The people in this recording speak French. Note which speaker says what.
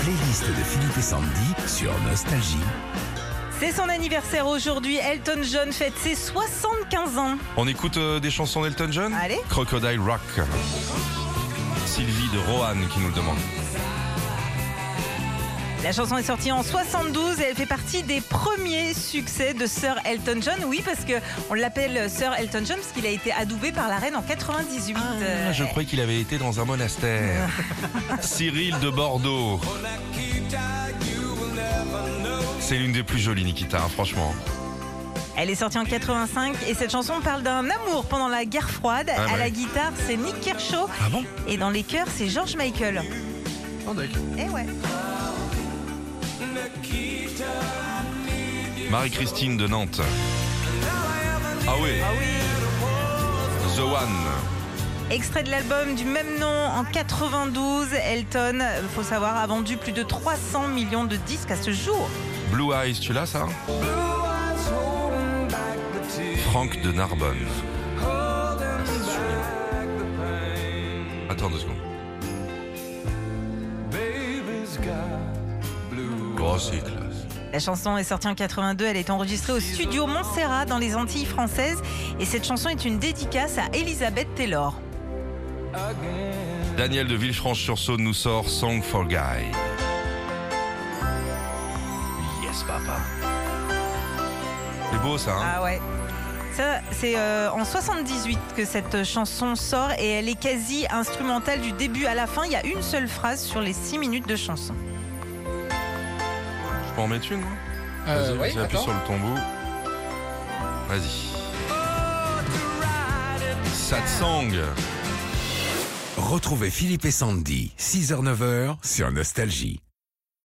Speaker 1: playlist de Philippe et Sandy sur Nostalgie.
Speaker 2: C'est son anniversaire aujourd'hui. Elton John fête ses 75 ans.
Speaker 3: On écoute euh, des chansons d'Elton John
Speaker 2: Allez.
Speaker 3: Crocodile Rock. Sylvie de Roanne qui nous le demande.
Speaker 2: La chanson est sortie en 72 et elle fait partie des premiers succès de Sir Elton John. Oui, parce que on l'appelle Sir Elton John parce qu'il a été adoubé par la reine en 98. Euh,
Speaker 3: Ah, je croyais qu'il avait été dans un monastère. Cyril de Bordeaux. C'est l'une des plus jolies, Nikita, hein, franchement.
Speaker 2: Elle est sortie en 85 et cette chanson parle d'un amour pendant la guerre froide.
Speaker 3: Ah
Speaker 2: à
Speaker 3: ouais.
Speaker 2: la guitare, c'est Nick Kershaw
Speaker 3: Ah bon
Speaker 2: et dans les chœurs, c'est George Michael.
Speaker 3: Oh,
Speaker 2: Eh ouais.
Speaker 3: Marie-Christine de Nantes. Ah oui,
Speaker 2: Ah oui.
Speaker 3: The One.
Speaker 2: Extrait de l'album du même nom en 92, Elton, euh, faut savoir, a vendu plus de 300 millions de disques à ce jour.
Speaker 3: Blue Eyes, tu l'as ça hein Franck de Narbonne. Ah, c'est sublime. Attends deux secondes. Oh, c'est classe.
Speaker 2: La chanson est sortie en 82, elle est enregistrée au studio Montserrat dans les Antilles françaises et cette chanson est une dédicace à Elisabeth Taylor.
Speaker 3: Daniel de Villefranche-sur-Saône nous sort Song for Guy. Yes, papa. C'est beau ça, hein
Speaker 2: Ah ouais. Ça, c'est euh, en 78 que cette chanson sort et elle est quasi instrumentale du début à la fin. Il y a une seule phrase sur les 6 minutes de chanson.
Speaker 3: Je peux en mettre une, moi
Speaker 4: Euh,
Speaker 3: Vas-y,
Speaker 4: oui,
Speaker 3: vas-y, appuie
Speaker 4: d'accord.
Speaker 3: sur le tombeau. Vas-y. Satsang.
Speaker 1: Retrouvez Philippe et Sandy, 6h-9h sur Nostalgie.